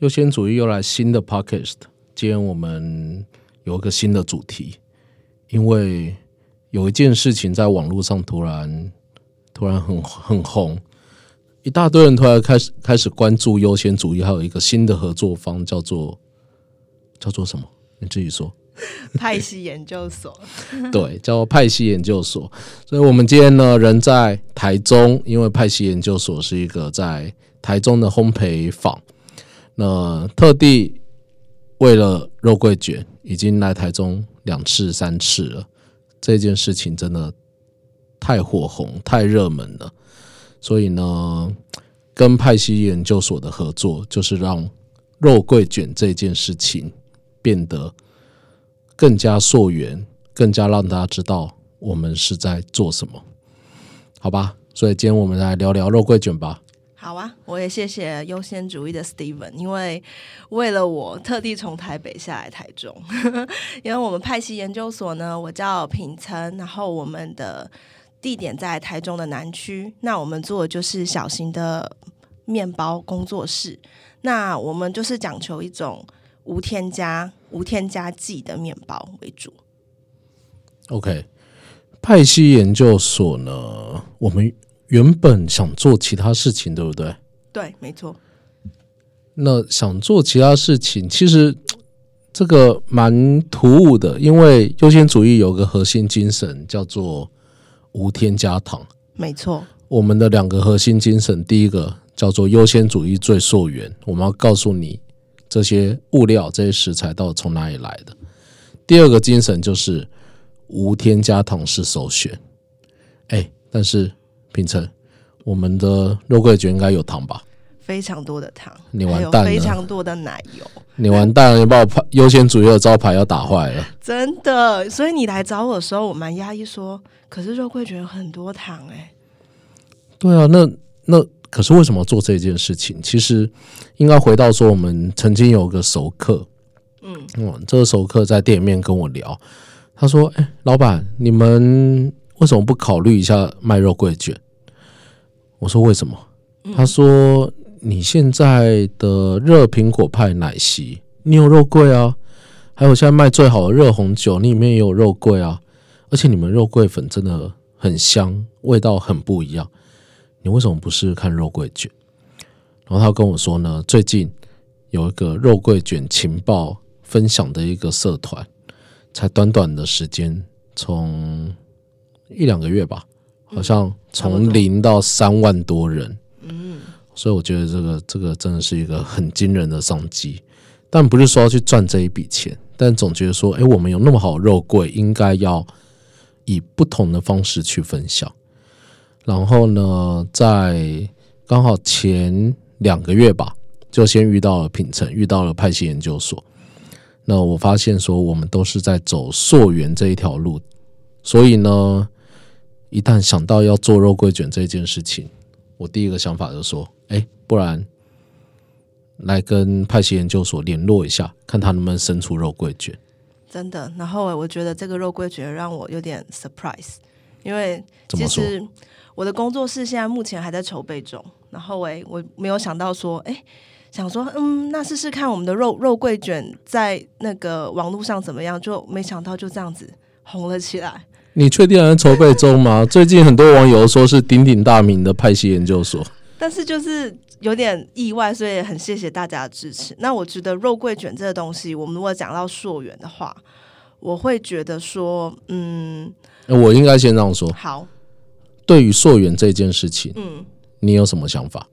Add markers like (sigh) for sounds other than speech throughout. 优先主义又来新的 podcast，今天我们有一个新的主题，因为有一件事情在网络上突然突然很很红，一大堆人突然开始开始关注优先主义，还有一个新的合作方叫做叫做什么？你自己说。 (laughs) 派系研究所，对，叫做派系研究所。所以我们今天呢，人在台中，因为派系研究所是一个在台中的烘焙坊，那特地为了肉桂卷，已经来台中两次、三次了。这件事情真的太火红、太热门了，所以呢，跟派系研究所的合作，就是让肉桂卷这件事情变得更加溯源，更加让大家知道我们是在做什么，好吧？所以今天我们来聊聊肉桂卷吧。好啊！我也谢谢优先主义的 Steven，因为为了我特地从台北下来台中， (laughs) 因为我们派系研究所呢，我叫品成，然后我们的地点在台中的南区，那我们做的就是小型的面包工作室，那我们就是讲求一种无添加、无添加剂的面包为主。 OK，派系研究所呢，我们原本想做其他事情，对不对？对，没错。那想做其他事情，其实这个蛮突兀的，因为优先主义有个核心精神叫做无添加糖。没错，我们的两个核心精神，第一个叫做优先主义最溯源，我们要告诉你这些物料、这些食材到底从哪里来的。第二个精神就是无添加糖是首选。哎，但是平成，我们的肉桂卷应该有糖吧？非常多的糖，你完还有蛋了非常多的奶油。你完蛋了，你把我派优先主义的招牌要打坏了。真的，所以你来找我的时候，我蛮压抑，说，可是肉桂卷有很多糖哎、对啊，那那可是为什么做这件事情？其实应该回到说，我们曾经有个熟客，嗯这个熟客在店里面跟我聊，他说：“哎、老板，你们为什么不考虑一下卖肉桂卷？”我说：“为什么？”他说：“你现在的热苹果派奶昔，你有肉桂啊，还有现在卖最好的热红酒，你里面也有肉桂啊，而且你们肉桂粉真的很香，味道很不一样。”你为什么不试试看肉桂卷？然后他跟我说呢，最近有一个肉桂卷情报分享的一个社团，才短短的时间，从一两个月吧，好像嗯差不从多零到三万多人。嗯，所以我觉得这个这个真的是一个很惊人的商机，但不是说要去赚这一笔钱，但总觉得说，诶，我们有那么好的肉桂，应该要以不同的方式去分享。然后呢，在刚好前两个月吧，就先遇到了品城，遇到了派系研究所。那我发现说，我们都是在走溯源这一条路，所以呢，一旦想到要做肉桂卷这件事情，我第一个想法就说，哎，不然来跟派系研究所联络一下，看他能不能生出肉桂卷。真的。然后、我觉得这个肉桂卷让我有点 surprise，因为怎其么说？实我的工作室现在目前还在筹备中。然后、哎，我没有想到说，哎、想说，嗯，那试试看我们的肉肉桂卷在那个网络上怎么样，就没想到就这样子红了起来。你确定还在筹备中吗？最近很多网友说是鼎鼎大名的派系研究所。但是就是有点意外，所以很谢谢大家的支持。那我觉得肉桂卷这个东西，我们如果讲到溯源的话，我会觉得说，嗯，呃我应该先这样说，好，对于溯源这件事情，嗯，你有什么想法？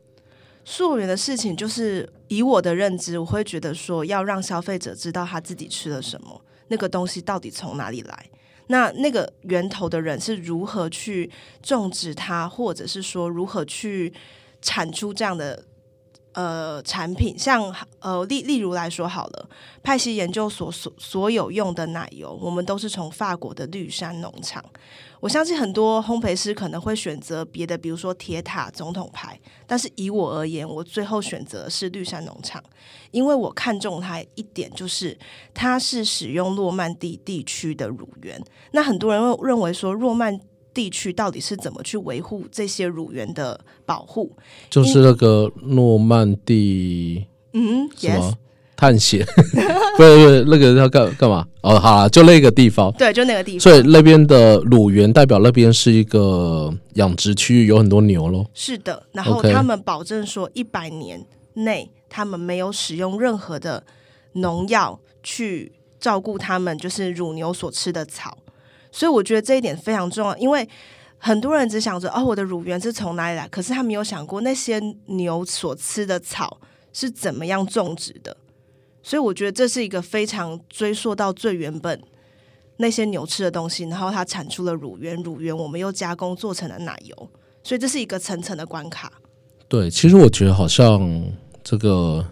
溯源的事情，就是以我的认知，我会觉得说，要让消费者知道他自己吃了什么，那个东西到底从哪里来。那那个源头的人是如何去种植它，或者是说如何去产出这样的呃产品？像呃例例如来说好了，派系研究所所所有用的奶油，我们都是从法国的绿山农场。我相信很多烘焙师可能会选择别的，比如说铁塔、总统牌，但是以我而言，我最后选择的是绿山农场，因为我看中它一点就是它是使用诺曼底地区的乳源。那很多人会认为说，诺曼地区到底是怎么去维护这些乳源的保护？就是那个诺曼底嗯什么，yes，探险， (laughs) 不是不是那个要干干嘛？哦，好啦，就那个地方。对，就那个地方所以那边的乳源代表那边是一个养殖区域，有很多牛咯。是的。然后 OK 他们保证说，一百年内他们没有使用任何的农药去照顾他们就是乳牛所吃的草，所以我觉得这一点非常重要，因为。很多人只想着哦，我的乳源是从哪里来？可是他没有想过那些牛所吃的草是怎么样种植的，所以我觉得这是一个非常追溯到最原本那些牛吃的东西，然后它产出了乳源，乳源我们又加工做成了奶油，所以这是一个层层的关卡。对，其实我觉得好像这个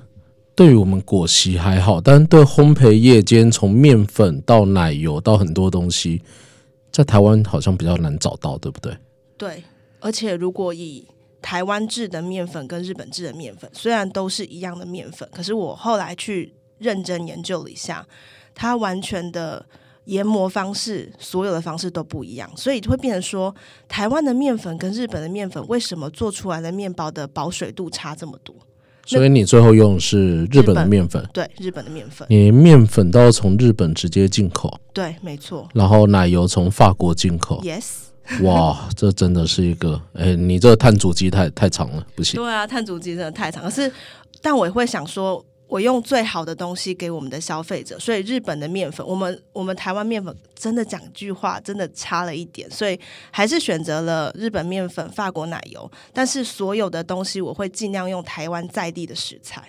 对于我们果昔还好，但是对烘焙业间从面粉到奶油到很多东西，在台湾好像比较难找到，对不对？对，而且如果以台湾制的面粉跟日本制的面粉，虽然都是一样的面粉，可是我后来去认真研究了一下，它完全的研磨方式，所有的方式都不一样，所以会变成说，台湾的面粉跟日本的面粉为什么做出来的面包的保水度差这么多？所以你最后用的是日本的面粉，对，日本的面粉，你面粉都要从日本直接进口，对，没错然后奶油从法国进口。 ，yes。哇，这真的是一个，哎、你这个碳足迹太太长了，不行。对啊，碳足迹真的太长。可是，但我也会想说，我用最好的东西给我们的消费者。所以，日本的面粉，我们我们台湾面粉真的讲句话，真的差了一点，所以还是选择了日本面粉、法国奶油。但是，所有的东西我会尽量用台湾在地的食材。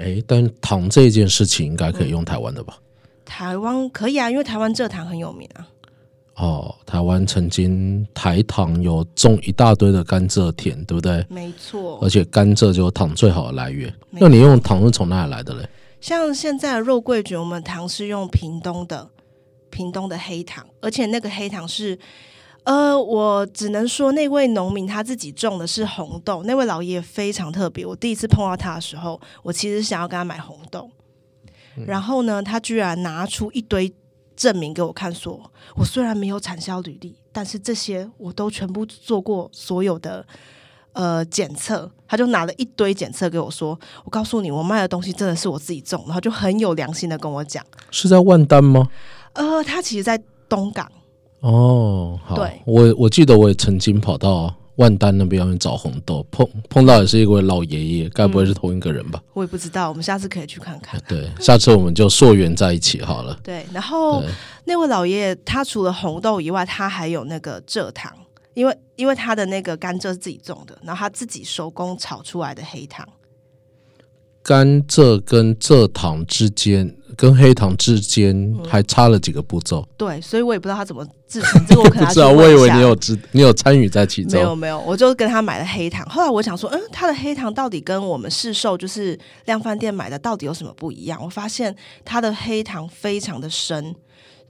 哎、但糖这件事情应该可以用台湾的吧？台湾可以啊，因为台湾蔗糖很有名啊。哦，台湾曾经台糖有种一大堆的甘蔗田，对不对？没错而，且甘蔗就是糖最好的来源。没那你用糖是从哪里来的嘞？像现在的肉桂卷，我们糖是用屏东的屏东的黑糖，而且那个黑糖是，呃，我只能说那位农民他自己种的是红豆，那位老爷非常特别。我第一次碰到他的时候，我其实想要跟他买红豆，然后呢，他居然拿出一堆证明给我看说，我虽然没有产销履历，但是这些我都全部做过所有的。呃，检测，他就拿了一堆检测给我说，我告诉你，我卖的东西真的是我自己种，然后就很有良心的跟我讲，是在万丹吗？呃，他其实在东港，哦，好对，我我记得我也曾经跑到万丹那边去找红豆，碰碰到也是一位老爷爷，该不会是同一个人吧？我也不知道，我们下次可以去看看。对，下次我们就溯源在一起好了。对，然后对那位老爷爷他除了红豆以外，他还有那个蔗糖，因为因为他的那个甘蔗是自己种的，然后他自己手工炒出来的黑糖，甘蔗跟蔗糖之间，跟黑糖之间嗯还差了几个步骤。对，所以我也不知道他怎么制成，这个我可 (laughs) 不能要知去道，问一我以为下你有知，你有参与在其没有中。没有，我就跟他买了黑糖。后来我想说，嗯，他的黑糖到底跟我们市售就是量贩店买的到底有什么不一样？我发现他的黑糖非常的深，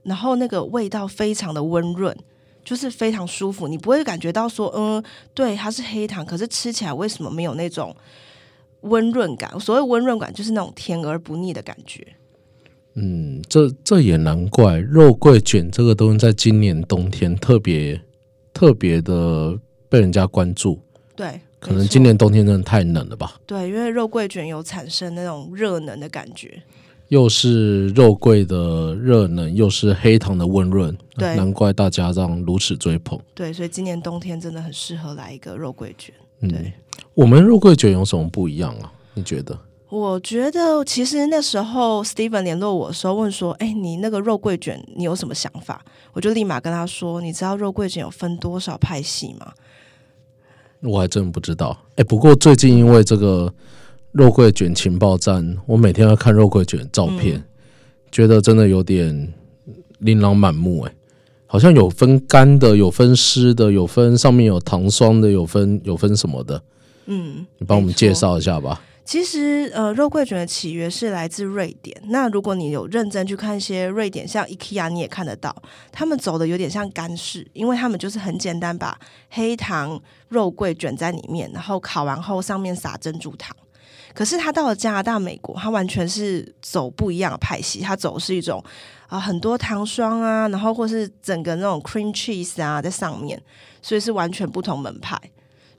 然后那个味道非常的温润，就是非常舒服，你不会感觉到说，嗯，对，它是黑糖，可是吃起来为什么没有那种温润感？所谓温润感，就是那种甜而不腻的感觉。嗯，这这也难怪，肉桂卷这个东西在今年冬天特别特别的被人家关注。对，可没能错今年冬天真的太冷了吧，对，因为肉桂卷有产生那种热能的感觉。又是肉桂的热能，又是黑糖的温润，对难怪大家这样如此追捧。对，所以今年冬天真的很适合来一个肉桂卷。嗯对，我们肉桂卷有什么不一样啊？你觉得？我觉得其实那时候 Steven 联络我的时候问说：“哎、你那个肉桂卷你有什么想法？”我就立马跟他说：“你知道肉桂卷有分多少派系吗我还真不知道。哎、不过最近因为这个肉桂卷情报站，我每天要看肉桂卷的照嗯片，觉得真的有点琳琅满目、哎，好像有分干的，有分湿的，有分上面有糖霜的，有分有分什么的。？”嗯，你帮我们没错介。绍一下吧。其实呃，肉桂卷的起源是来自瑞典。那如果你有认真去看一些瑞典，像 IKEA 你也看得到，他们走的有点像干式，因为他们就是很简单把黑糖肉桂卷在里面，然后烤完后上面撒珍珠糖。可是他到了加拿大、美国，他完全是走不一样的派系，他走的是一种啊、很多糖霜啊，然后或是整个那种 cream cheese 啊在上面，所以是完全不同门派。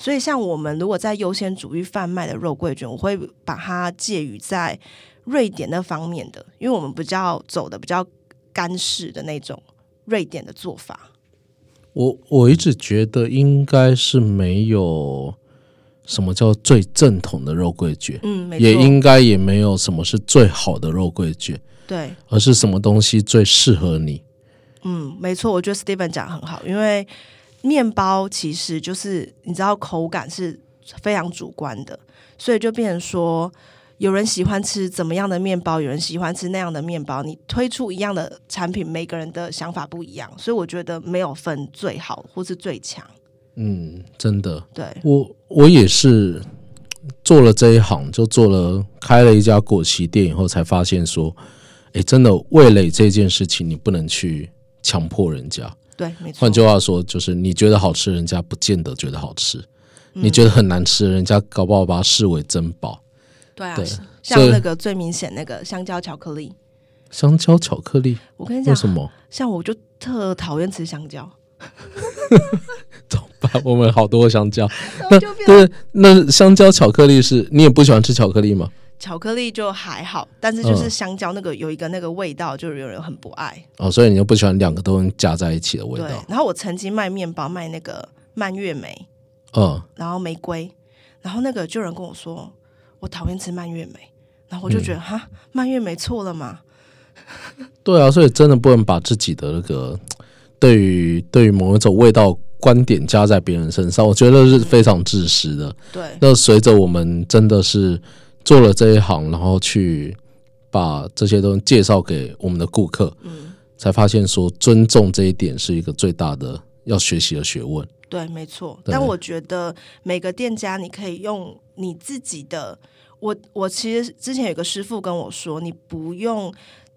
所以像我们如果在优先主义贩卖的肉桂卷，我会把它介于在瑞典那方面的，因为我们比较走的比较干式的那种瑞典的做法。我我一直觉得应该是没有什么叫最正统的肉桂卷，嗯，没也错，应该也没有什么是最好的肉桂卷，对，而是什么东西最适合你。嗯，没错，我觉得 Steven 讲得很好，因为面包其实就是你知道口感是非常主观的，所以就变成说，有人喜欢吃怎么样的面包，有人喜欢吃那样的面包，你推出一样的产品，每个人的想法不一样，所以我觉得没有分最好或是最强，嗯，真的，对，我我也是做了这一行，就做了开了一家果昔店以后，才发现说，诶，真的味蕾这件事情，你不能去强迫人家。对，没错换，句话说，就是你觉得好吃，人家不见得觉得好吃；你觉得很难吃，人家搞不好把它视为珍宝。对啊对，所像以那个最明显那个香蕉巧克力，香蕉巧克力，我跟你为讲，什么？ (laughs) 像我就特讨厌吃香蕉，我们好多香蕉，然 (laughs) 后就变对，那香蕉巧克力是你也不喜欢吃巧克力吗？巧克力就还好，但是就是嗯香蕉那个有一个那个味道，就有人很不爱。哦，所以你就不喜欢两个都能夹在一起的味对道，。然后我曾经卖面包，卖那个蔓越莓，嗯，然后玫瑰，然后那个就有人跟我说，我讨厌吃蔓越莓，然后我就嗯觉得哈、蔓越莓错了嘛，对啊，所以真的不能把自己的那个对于对于某一种味道观点加在别人身上，我觉得是非常自私的。对那随着我们真的是做了这一行，然后去把这些东西介绍给我们的顾客，才发现说尊重这一点是一个最大的要学习的学问。对，没错。对但我觉得每个店家你可以用你自己的，我我其实之前有个师傅跟我说，你不用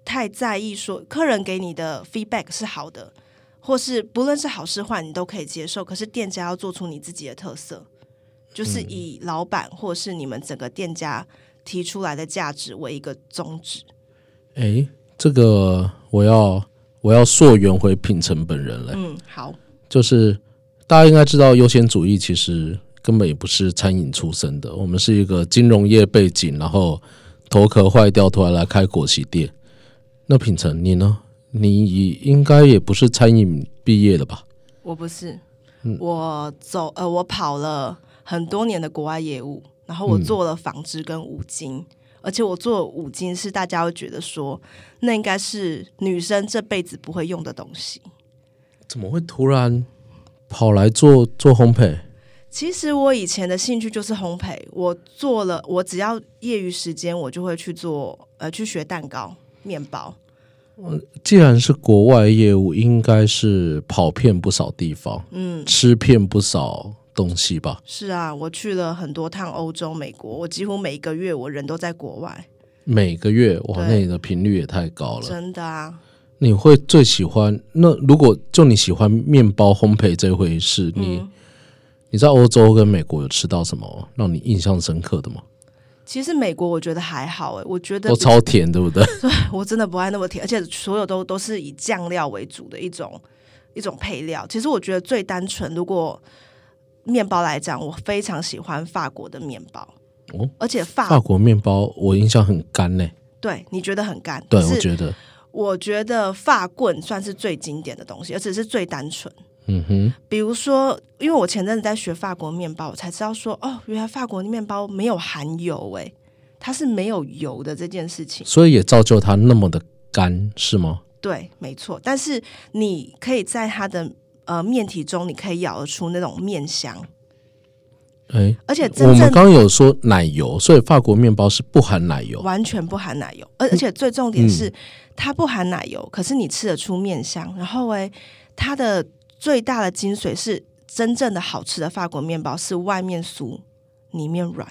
太在意说客人给你的 feedback 是好的，或是不论是好是坏，你都可以接受。可是店家要做出你自己的特色，就是以老板或是你们整个店家提出来的价值为一个宗旨。嗯诶，这个我要我要溯源回品城本人来，嗯，好，就是大家应该知道，优先主义其实根本也不是餐饮出身的，我们是一个金融业背景，然后头壳坏掉，突然来开果昔店。那品成你呢？你应该也不是餐饮毕业的吧？我不是，我走呃，我跑了很多年的国外业务，然后我做了纺织跟五金，而且我做五金是大家会觉得说，那应该是女生这辈子不会用的东西。怎么会突然跑来做做烘焙？其实我以前的兴趣就是烘焙，我做了，我只要业余时间，我就会去做呃去学蛋糕、面包。既然是国外业务，应该是跑遍不少地方，嗯，吃遍不少东西吧？是啊，我去了很多趟欧洲、美国，我几乎每一个月我人都在国外，每个月哇，那对你的频率也太高了。真的啊。你会最喜欢那？如果就你喜欢面包烘焙这回事，嗯你、你在欧洲跟美国有吃到什么让你印象深刻的吗？其实美国我觉得还好哎，我觉得都超甜，对不 (laughs) 对？我真的不爱那么甜，而且所有都都是以酱料为主的一种一种配料。其实我觉得最单纯，如果面包来讲，我非常喜欢法国的面包，哦而且法法国面包我印象很干呢、对你觉得很干，对可我是觉得，我觉得法棍算是最经典的东西，而且是最单纯。嗯哼，比如说，因为我前阵子在学法国面包，我才知道说，哦，原来法国面包没有含油，哎，它是没有油的这件事情。所以也造就它那么的干，是吗？对，没错。但是你可以在它的呃面体中，你可以咬得出那种面香，哎，而且我真们正刚刚有说奶油，所以法国面包是不含奶油。完全不含奶油，而而且最重嗯点是、它不含奶油，可是你吃得出面香。然后诶，它的最大的精髓是真正的好吃的法国面包是外面酥，里面软。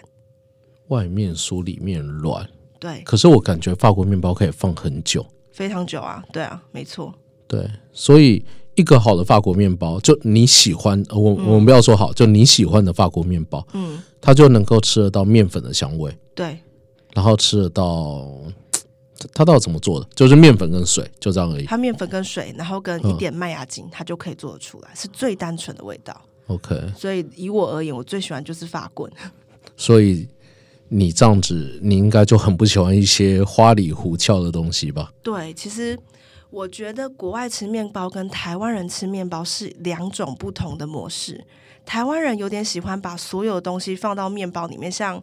外面酥，里面软。对，可是我感觉法国面包可以放很久。非常久啊，对啊，没错，对，所以一个好的法国面包，就你喜欢，呃我我们不要说好，就你喜欢的法国面包，嗯，它就能够吃得到面粉的香味，对，然后吃得到，它它到底怎么做的？就是面粉跟水，就这样而已。它面粉跟水，然后跟一嗯点麦芽精，它就可以做得出来，是最单纯的味道。 OK，所以以我而言，我最喜欢就是法棍。所以你这样子，你应该就很不喜欢一些花里胡俏的东西吧？对，其实我觉得国外吃面包跟台湾人吃面包是两种不同的模式。台湾人有点喜欢把所有东西放到面包里面，像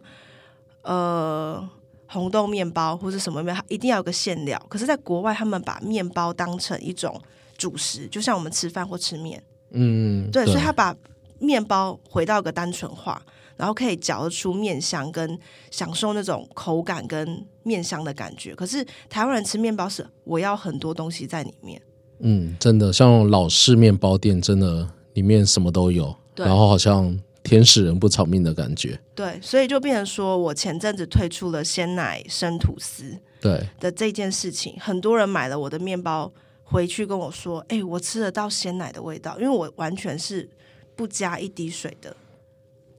呃红豆面包或是什么面包，它一定要有个馅料。可是，在国外，他们把面包当成一种主食，就像我们吃饭或吃面。嗯，对，所以他把面包回到一个单纯化，然后可以嚼得出面香，跟享受那种口感跟面香的感觉。可是台湾人吃面包是我要很多东西在里面，嗯，真的，像老式面包店，真的里面什么都有，对然后好像天使人不偿命的感觉。对，所以就变成说我前阵子推出了鲜奶生吐司对，的这件事情，很多人买了我的面包回去跟我说：“哎、我吃得到鲜奶的味道，因为我完全是不加一滴水的。”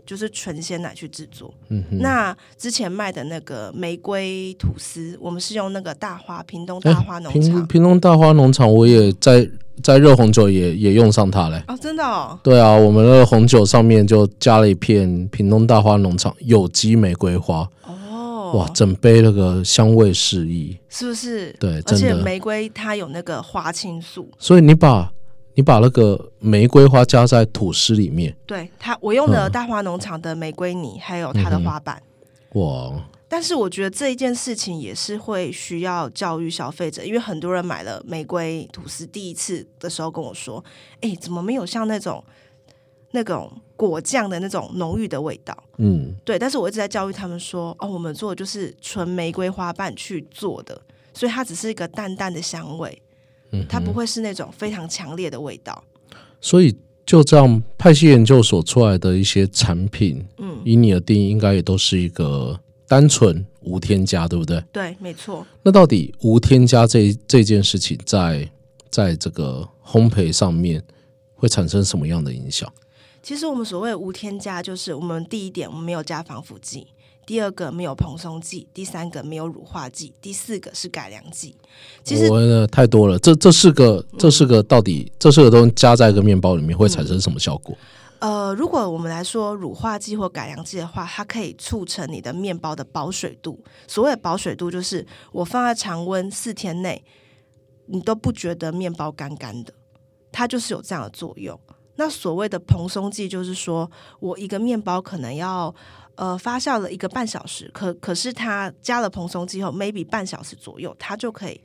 就是纯鲜奶去制作，嗯哼，那之前卖的那个玫瑰吐司，我们是用那个大花屏东哎大花农场、屏屏东大花农场，我也在在热红酒也也用上它嘞。哦，真的哦，对啊，我们的红酒上面就加了一片屏东大花农场有机玫瑰花，哦，哇，整杯那个香味四溢。是不是？对而且真的玫瑰它有那个花青素，所以你把你把那个玫瑰花加在吐司里面，对它，我用嗯了大花农场的玫瑰泥，还有它的花瓣。哇，但是我觉得这一件事情也是会需要教育消费者，因为很多人买了玫瑰吐司第一次的时候跟我说：“哎，怎么没有像那种那种果酱的那种浓郁的味道？”嗯，对，但是我一直在教育他们说，哦，我们做的就是纯玫瑰花瓣去做的，所以它只是一个淡淡的香味，嗯哼它不会是那种非常强烈的味道。所以就这样，派系研究所出来的一些产品，嗯，以你的定义，应该也都是一个单纯无添加，对不对？对，没错。那到底无添加这这件事情在在这个烘焙上面会产生什么样的影响？其实我们所谓无添加，就是我们第一点，我们没有加防腐剂；第二个没有蓬松剂；第三个没有乳化剂；第四个是改良剂。其实我呢太多了，这这四个这四个到底这四个东西加在一个面包里面会产生什么效果？呃，如果我们来说乳化剂或改良剂的话，它可以促成你的面包的保水度。所谓的保水度，就是我放在常温四天内，你都不觉得面包干干的，它就是有这样的作用。那所谓的蓬松剂，就是说我一个面包可能要呃发酵了一个半小时，可可是它加了蓬松剂后，maybe 半小时左右，它就可以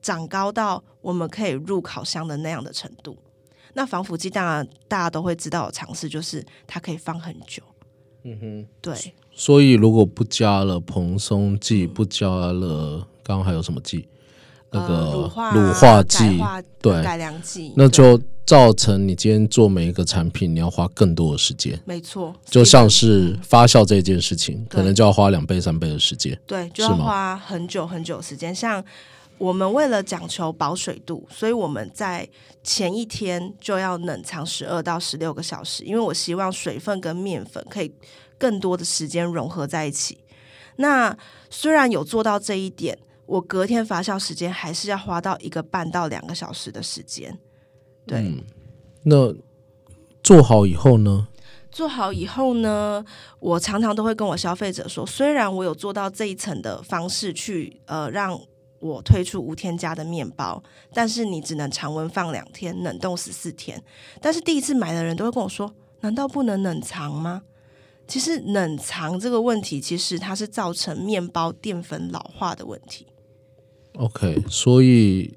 长高到我们可以入烤箱的那样的程度。那防腐剂当然大家都会知道的尝试，就是它可以放很久。嗯哼，对，所以如果不加了蓬松剂，不加了刚刚还有什么剂？那嗯呃个乳化啊、乳化改剂，化对改良剂，那对就造成你今天做每一个产品，你要花更多的时间。没错，就像是发酵这件事情，可能对就要花两倍、三倍的时间。对，就是嗯要吗花很久很久的时间。像我们为了讲求保水度，所以我们在前一天就要冷藏十二到十六个小时，因为我希望水分跟面粉可以更多的时间融合在一起。那虽然有做到这一点，我隔天发酵时间还是要花到一个半到两个小时的时间。对，那做好以后呢？做好以后呢，我常常都会跟我消费者说，虽然我有做到这一层的方式去呃让我推出无添加的面包，但是你只能常温放两天，冷冻十四天。但是第一次买的人都会跟我说，难道不能冷藏吗？其实冷藏这个问题，其实它是造成面包淀粉老化的问题。 OK，所以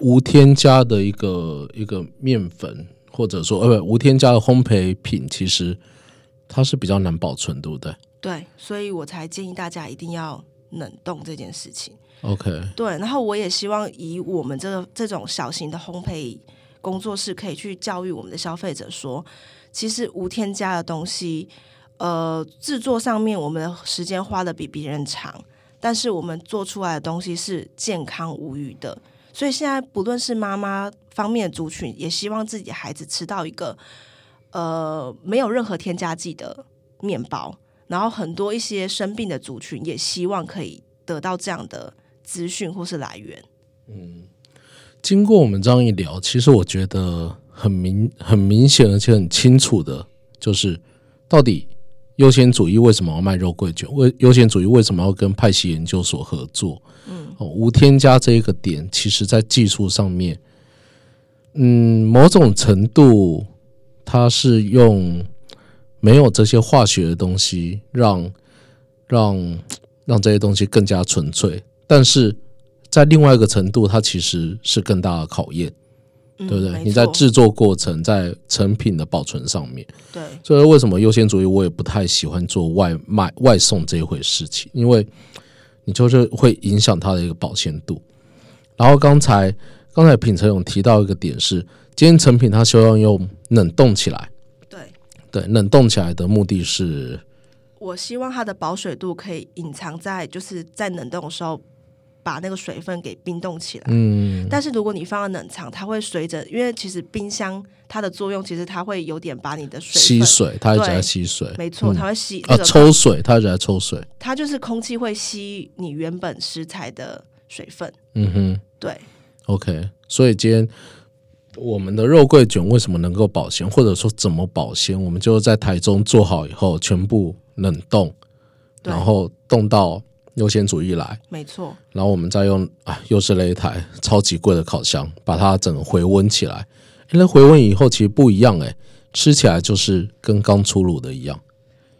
无添加的一个一个面粉，或者说呃不无添加的烘焙品，其实它是比较难保存，对不对对，所以我才建议大家一定要冷冻这件事情。 ？OK，对，然后我也希望以我们这个这种小型的烘焙工作室，可以去教育我们的消费者说，其实无添加的东西，呃，制作上面我们的时间花的比别人长，但是我们做出来的东西是健康无虞的。所以现在不论是妈妈方面的族群，也希望自己的孩子吃到一个呃没有任何添加剂的面包。然后很多一些生病的族群也希望可以得到这样的资讯或是来源。经过我们这样一聊，其实我觉得很明很明显而且很清楚的，就是到底优先主义为什么要卖肉桂卷？为优先主义为什么要跟派系研究所合作？嗯，哦，无添加这一个点，其实在技术上面，嗯，某种程度它是用没有这些化学的东西让让让这些东西更加纯粹，但是在另外一个程度，它其实是更大的考验，嗯对不对？没你在错制作过程、在成品的保存上面，对，所以为什么优先主义我也不太喜欢做外卖外送这一回事情，因为你就是会影响它的一个保鲜度。然后刚才刚才品成勇提到一个点是，今天成品它希望用冷冻起来，对，对，冷冻起来的目的是我希望它的保水度可以隐藏在就是在冷冻的时候把那个水分给冰冻起来。嗯，但是如果你放在冷藏，它会随着，因为其实冰箱它的作用，其实它会有点把你的水吸分，水，它一直对在吸水，没错，嗯它会吸啊那，个抽水，它一直在抽水，它就是空气会吸你原本食材的水分。嗯哼。对， OK，所以今天我们的肉桂卷为什么能够保鲜，或者说怎么保鲜，我们就在台中做好以后，全部冷冻，对然后冻到优先主义来，没错，然后我们再用啊，又是擂台超级贵的烤箱，把它整个回温起来。诶那回温以后其实不一样诶、吃起来就是跟刚出炉的一样。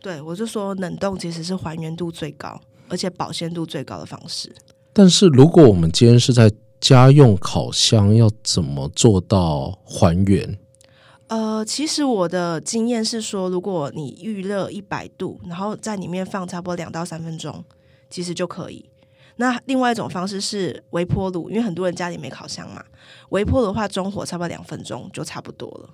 对我就说冷冻其实是还原度最高，而且保鲜度最高的方式。但是如果我们今天是在家用烤箱，要怎么做到还原？呃，其实我的经验是说，如果你预热一百度，然后在里面放差不多两到三分钟，其实就可以。那另外一种方式是微波炉，因为很多人家里没烤箱嘛，微波炉的话，中火差不多两分钟就差不多了。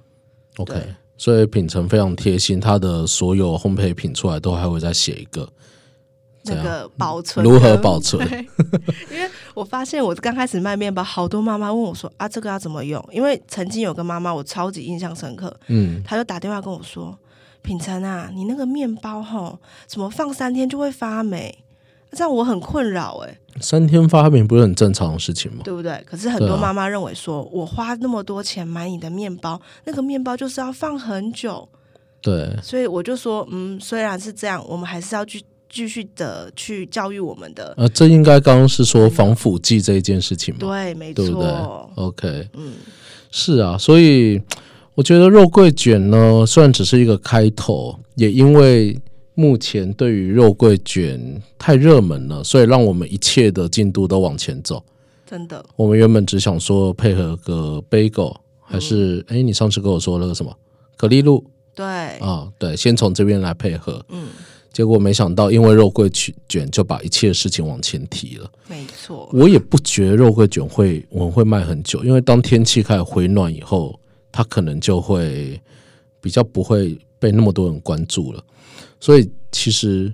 OK，对所以品成非常贴心，它的所有烘焙品出来都还会再写一个那怎样个保存啊嗯如何跟保存。我发现我刚开始卖面包，好多妈妈问我说啊，这个要怎么用？因为曾经有个妈妈，我超级印象深刻，嗯，她就打电话跟我说：“品成啊，你那个面包吼，怎么放三天就会发霉？这样我很困扰哎、三天发霉不是很正常的事情吗？对不对？”可是很对多啊妈妈认为说，我花那么多钱买你的面包，那个面包就是要放很久，对，所以我就说，嗯，虽然是这样，我们还是要去继续的去教育我们的。呃，这应该刚刚是说防腐剂这一件事情嘛？对，没对不对错， ，OK，嗯，是啊，所以我觉得肉桂卷呢，虽然只是一个开头，也因为目前对于肉桂卷太热门了，所以让我们一切的进度都往前走。真的，我们原本只想说配合个 bagel，还是哎、诶你上次跟我说那个什么可丽露对，啊？对，先从这边来配合。嗯，结果没想到，因为肉桂卷卷就把一切事情往前提了。没错，我也不觉得肉桂卷会我们会卖很久，因为当天气开始回暖以后，它可能就会比较不会被那么多人关注了。所以其实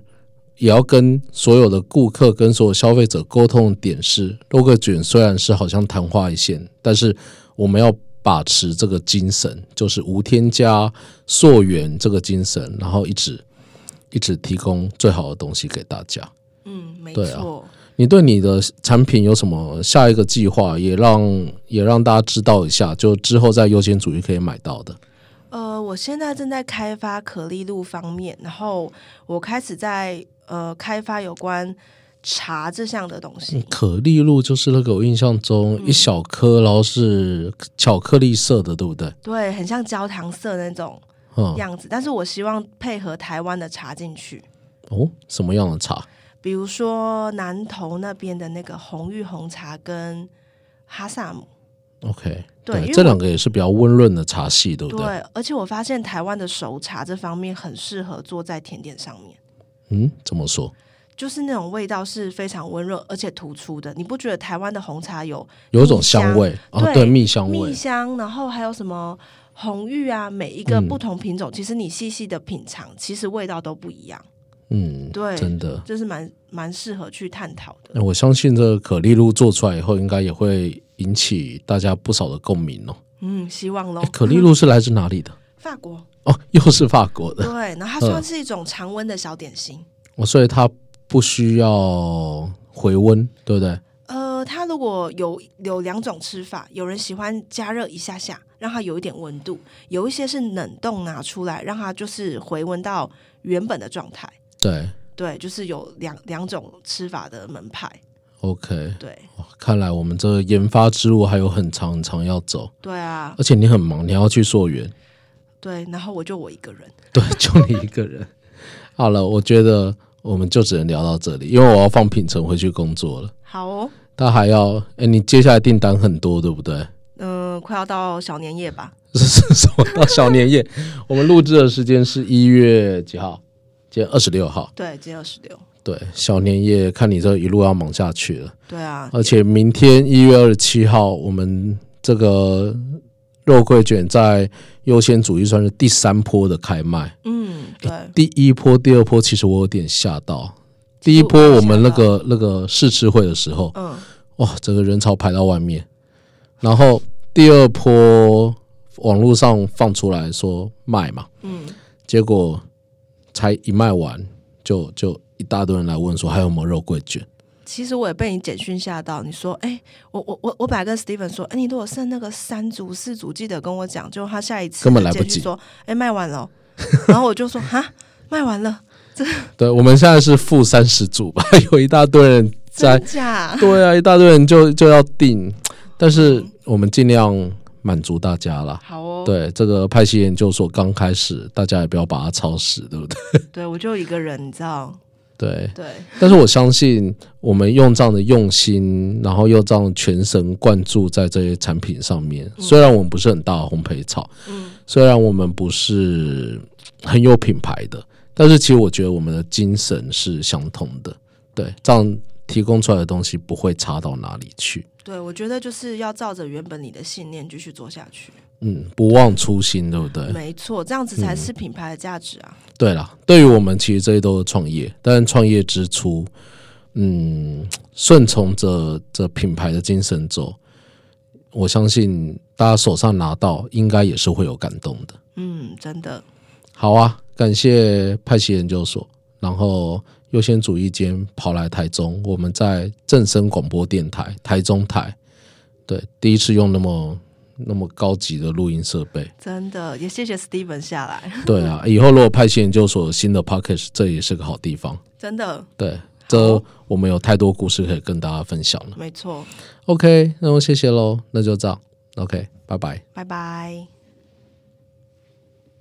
也要跟所有的顾客跟所有消费者沟通的点是，肉桂卷虽然是好像昙花一现，但是我们要把持这个精神，就是无添加、溯源这个精神，然后一直一直提供最好的东西给大家。嗯，没对啊错。你对你的产品有什么下一个计划？也让也让大家知道一下，就之后在优先主义可以买到的。呃，我现在正在开发可丽露方面，然后我开始在呃开发有关茶这项的东西。可丽露就是那个我印象中嗯一小颗，然后是巧克力色的，对不对？对，很像焦糖色那种嗯，样子，但是我希望配合台湾的茶进去，哦，什么样的茶？比如说南投那边的那个红玉红茶跟哈萨姆， OK，对因为这我两个也是比较温润的茶系，对不对？对，而且我发现台湾的熟茶这方面很适合做在甜点上面，嗯，怎么说？就是那种味道是非常温润而且突出的，你不觉得台湾的红茶有有一种香味蜜啊，香对，对蜜香味蜜，香，然后还有什么红玉啊，每嗯一个不同品种，其实你细细的品尝，其实味道都不一样，嗯，对真的。这是蛮蛮适合去探讨的。那我相信这个可丽露做出来以后，应该也会引起大家不少的共鸣哦。嗯，希望喽诶。可丽露是来自哪里的？ (laughs) 法国哦， (laughs) 又是法国对的，，哦然后它算是一种常温 (laughs) 的小点心。我所以它不需要回温，对不对？呃，呃，它如果有有两种吃法，有人喜欢加热一下下，让它有一点温度；有一些是冷冻拿出来，让它就是回温到原本的状态。对对，就是有两两种吃法的门派。 ，OK，对哇看来我们这个研发之路还有很长很长要走，对啊，而且你很忙，你还要去溯源， (laughs) 对。然后我就我一个人，对，就你一个人。 (laughs) 好了，我觉得我们就只能聊到这里，因为我要放品城回去工作了。好哦，他还要，哎，你接下来订单很多，对不对？ (laughs) 嗯、快要到小年夜吧，是是什么？到小年夜， (laughs) 我们录制的时间是一月几号？今天二十六号。对，今天二十六，对，小年夜，看你这一路要忙下去了。对啊，而且明天一月二十七号，我们这个肉桂卷在优先主义算是第三波的开卖。嗯，对，第一波、第二波，其实我有点吓到。第一波我们那个那个试吃会的时候，嗯，哇，整个人潮排到外面。然后第二波网络上放出来说卖嘛，嗯，结果才一卖完，就就一大堆人来问说还有没有肉桂卷。其实我也被你简讯吓到，你说，哎、我我我我本来跟 Steven 说，哎、你如果剩那个三组四组，记得跟我讲，结果他下一次根本来不及简讯说，哎、卖 (laughs) 完了哦，然后我就说，哈，卖完了，对，我们现在是负三十组吧， (laughs) 有一大堆人在真，假？对啊，一大堆人就就要订，但是我们尽量满足大家啦。 (laughs) 好哦，对，这个派系研究所刚开始，大家也不要把它超时，对不对？对我就一个人，你知道，对，对，但是我相信我们用这样的用心，然后又这样全神贯注在这些产品上面。虽然我们不是很大的烘焙厂，嗯虽然我们不是很有品牌的，但是其实我觉得我们的精神是相同的。对，这样提供出来的东西不会差到哪里去。对，我觉得就是要照着原本你的信念继续做下去，嗯，不忘初心，对不对？嗯没错，这样子才是品牌的价值啊，对啦，对于我们其实这些都是创业，但创业之初，嗯，顺从着这品牌的精神走，我相信大家手上拿到应该也是会有感动的。嗯，真的，好啊，感谢派系研究所，然后优先主义间跑来台中，我们在正声广播电台台中台，对，第一次用那么那么高级的录音设备。真的，也谢谢 Steven 下来， (laughs) 对啊，以后如果派系研究所有新的 p o c k e t 这也是个好地方。真的，对，这我们有太多故事可以跟大家分享了。没错， OK，那就谢谢喽，那就这样。OK，拜拜。拜拜。